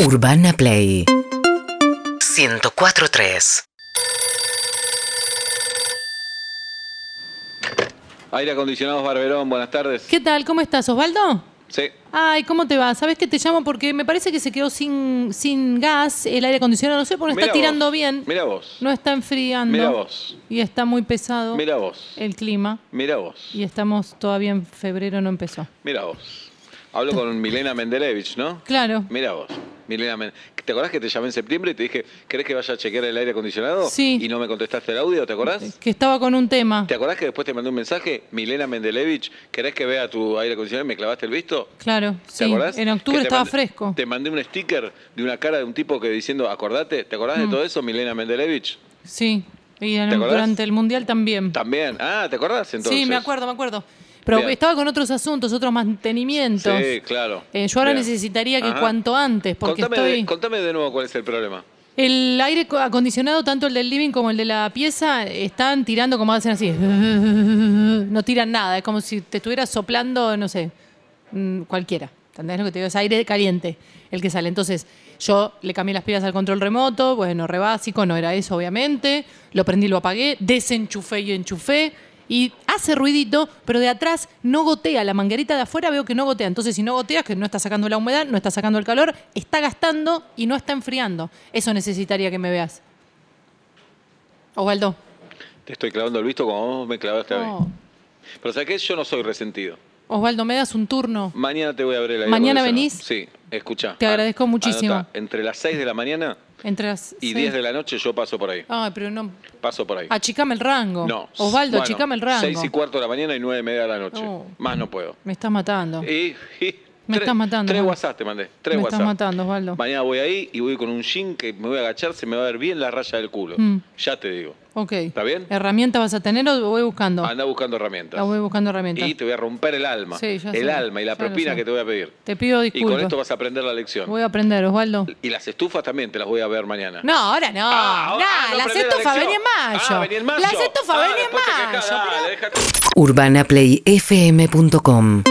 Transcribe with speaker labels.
Speaker 1: Urbana Play 104.3
Speaker 2: Aire acondicionados Barberón, buenas tardes.
Speaker 3: ¿Qué tal? ¿Cómo estás, Osvaldo?
Speaker 2: Sí.
Speaker 3: Ay, ¿cómo te va? Sabes que te llamo porque me parece que se quedó sin, sin gas el aire acondicionado. No sé por qué no
Speaker 2: Mirá
Speaker 3: está tirando
Speaker 2: vos,
Speaker 3: bien.
Speaker 2: Mira vos.
Speaker 3: No está enfriando.
Speaker 2: Mirá vos.
Speaker 3: Y está muy pesado
Speaker 2: Mira vos.
Speaker 3: el clima.
Speaker 2: Mira vos.
Speaker 3: Y estamos todavía en febrero, no empezó.
Speaker 2: Mira vos. Hablo con Milena Mendelevich, ¿no?
Speaker 3: Claro.
Speaker 2: Mira vos. Milena Men- ¿Te acordás que te llamé en septiembre y te dije, ¿querés que vaya a chequear el aire acondicionado?
Speaker 3: Sí.
Speaker 2: Y no me contestaste el audio, ¿te acordás?
Speaker 3: Que estaba con un tema.
Speaker 2: ¿Te acordás que después te mandé un mensaje? Milena Mendelevich, ¿querés que vea tu aire acondicionado y me clavaste el visto?
Speaker 3: Claro,
Speaker 2: ¿Te
Speaker 3: sí.
Speaker 2: acordás?
Speaker 3: En octubre
Speaker 2: Que te
Speaker 3: estaba
Speaker 2: mandé-
Speaker 3: fresco.
Speaker 2: Te mandé un sticker de una cara de un tipo que diciendo, acordate, ¿te
Speaker 3: Mm.
Speaker 2: acordás de todo eso, Milena Mendelevich?
Speaker 3: Sí. Y en-
Speaker 2: ¿Te acordás?
Speaker 3: durante el Mundial también.
Speaker 2: También. Ah, ¿te acordás entonces?
Speaker 3: sí, me acuerdo, me acuerdo. Pero
Speaker 2: Bien.
Speaker 3: estaba con otros asuntos, otros mantenimientos.
Speaker 2: Sí, claro.
Speaker 3: Eh, yo ahora
Speaker 2: Bien.
Speaker 3: necesitaría que
Speaker 2: Ajá.
Speaker 3: cuanto antes, porque
Speaker 2: contame,
Speaker 3: estoy...
Speaker 2: de, contame de nuevo cuál es el problema.
Speaker 3: El aire co- acondicionado, tanto el del living como el de la pieza, están tirando como hacen así. No tiran nada, es como si te estuviera soplando, no sé, mm, cualquiera. ¿Entendés lo que te digo? Es aire caliente el que sale. Entonces, yo le cambié las pilas al control remoto, bueno, re básico, no era eso, obviamente. Lo prendí, lo apagué, desenchufé y enchufé. Y hace ruidito, pero de atrás no gotea. La manguerita de afuera veo que no gotea. Entonces, si no gotea, es que no está sacando la humedad, no está sacando el calor, está gastando y no está enfriando. Eso necesitaría que me veas. Osvaldo.
Speaker 2: Te estoy clavando el visto como vos me clavaste a
Speaker 3: Oh,
Speaker 2: mí. Pero ¿sabes qué? Yo no soy resentido.
Speaker 3: Osvaldo, me das un turno.
Speaker 2: Mañana te voy a abrir el aire
Speaker 3: ¿Mañana
Speaker 2: acondicionado. Sí,
Speaker 3: venís?
Speaker 2: escucha.
Speaker 3: Te agradezco muchísimo.
Speaker 2: entre las 6 de la mañana
Speaker 3: Entre las
Speaker 2: y
Speaker 3: seis.
Speaker 2: 10 de la noche yo paso por ahí.
Speaker 3: Ay, pero no.
Speaker 2: Paso por ahí.
Speaker 3: Achicame el rango.
Speaker 2: no.
Speaker 3: Ah, Osvaldo,
Speaker 2: Bueno,
Speaker 3: achicame el rango.
Speaker 2: 6 y cuarto de la mañana y 9 y media de la noche.
Speaker 3: No.
Speaker 2: Más no puedo.
Speaker 3: Me estás matando.
Speaker 2: Y, y
Speaker 3: Me
Speaker 2: tres-
Speaker 3: estás matando,
Speaker 2: Tres
Speaker 3: Osvaldo.
Speaker 2: WhatsApp te mandé. Tres
Speaker 3: Me
Speaker 2: WhatsApp.
Speaker 3: estás matando, Osvaldo.
Speaker 2: Mañana voy ahí y voy con un jean que me voy a agachar, se me va a ver bien la raya del culo.
Speaker 3: Mm.
Speaker 2: Ya te digo.
Speaker 3: Ok.
Speaker 2: ¿Está bien?
Speaker 3: ¿Herramientas vas a tener o voy buscando?
Speaker 2: Anda buscando herramientas.
Speaker 3: La voy buscando herramientas.
Speaker 2: Y te voy a romper el alma.
Speaker 3: Sí, ya
Speaker 2: el
Speaker 3: sé,
Speaker 2: alma y la
Speaker 3: ya lo
Speaker 2: propina
Speaker 3: sé.
Speaker 2: que te voy a pedir.
Speaker 3: Te pido
Speaker 2: Y
Speaker 3: disculpas.
Speaker 2: con esto vas a aprender la lección.
Speaker 3: Voy a aprender, Osvaldo.
Speaker 2: Y las estufas también te las voy a ver mañana.
Speaker 3: No, ahora no.
Speaker 2: Ah,
Speaker 3: Nah,
Speaker 2: ahora- ah, no
Speaker 3: la
Speaker 2: aprendés
Speaker 3: cestofa
Speaker 2: lección.
Speaker 3: venía en mayo.
Speaker 2: Ah, venía en mayo.
Speaker 3: La cestofa
Speaker 2: Ah,
Speaker 3: venía en
Speaker 2: después te quejás,
Speaker 3: mayo.
Speaker 2: dale, dejate-
Speaker 1: urbanaplayfm.com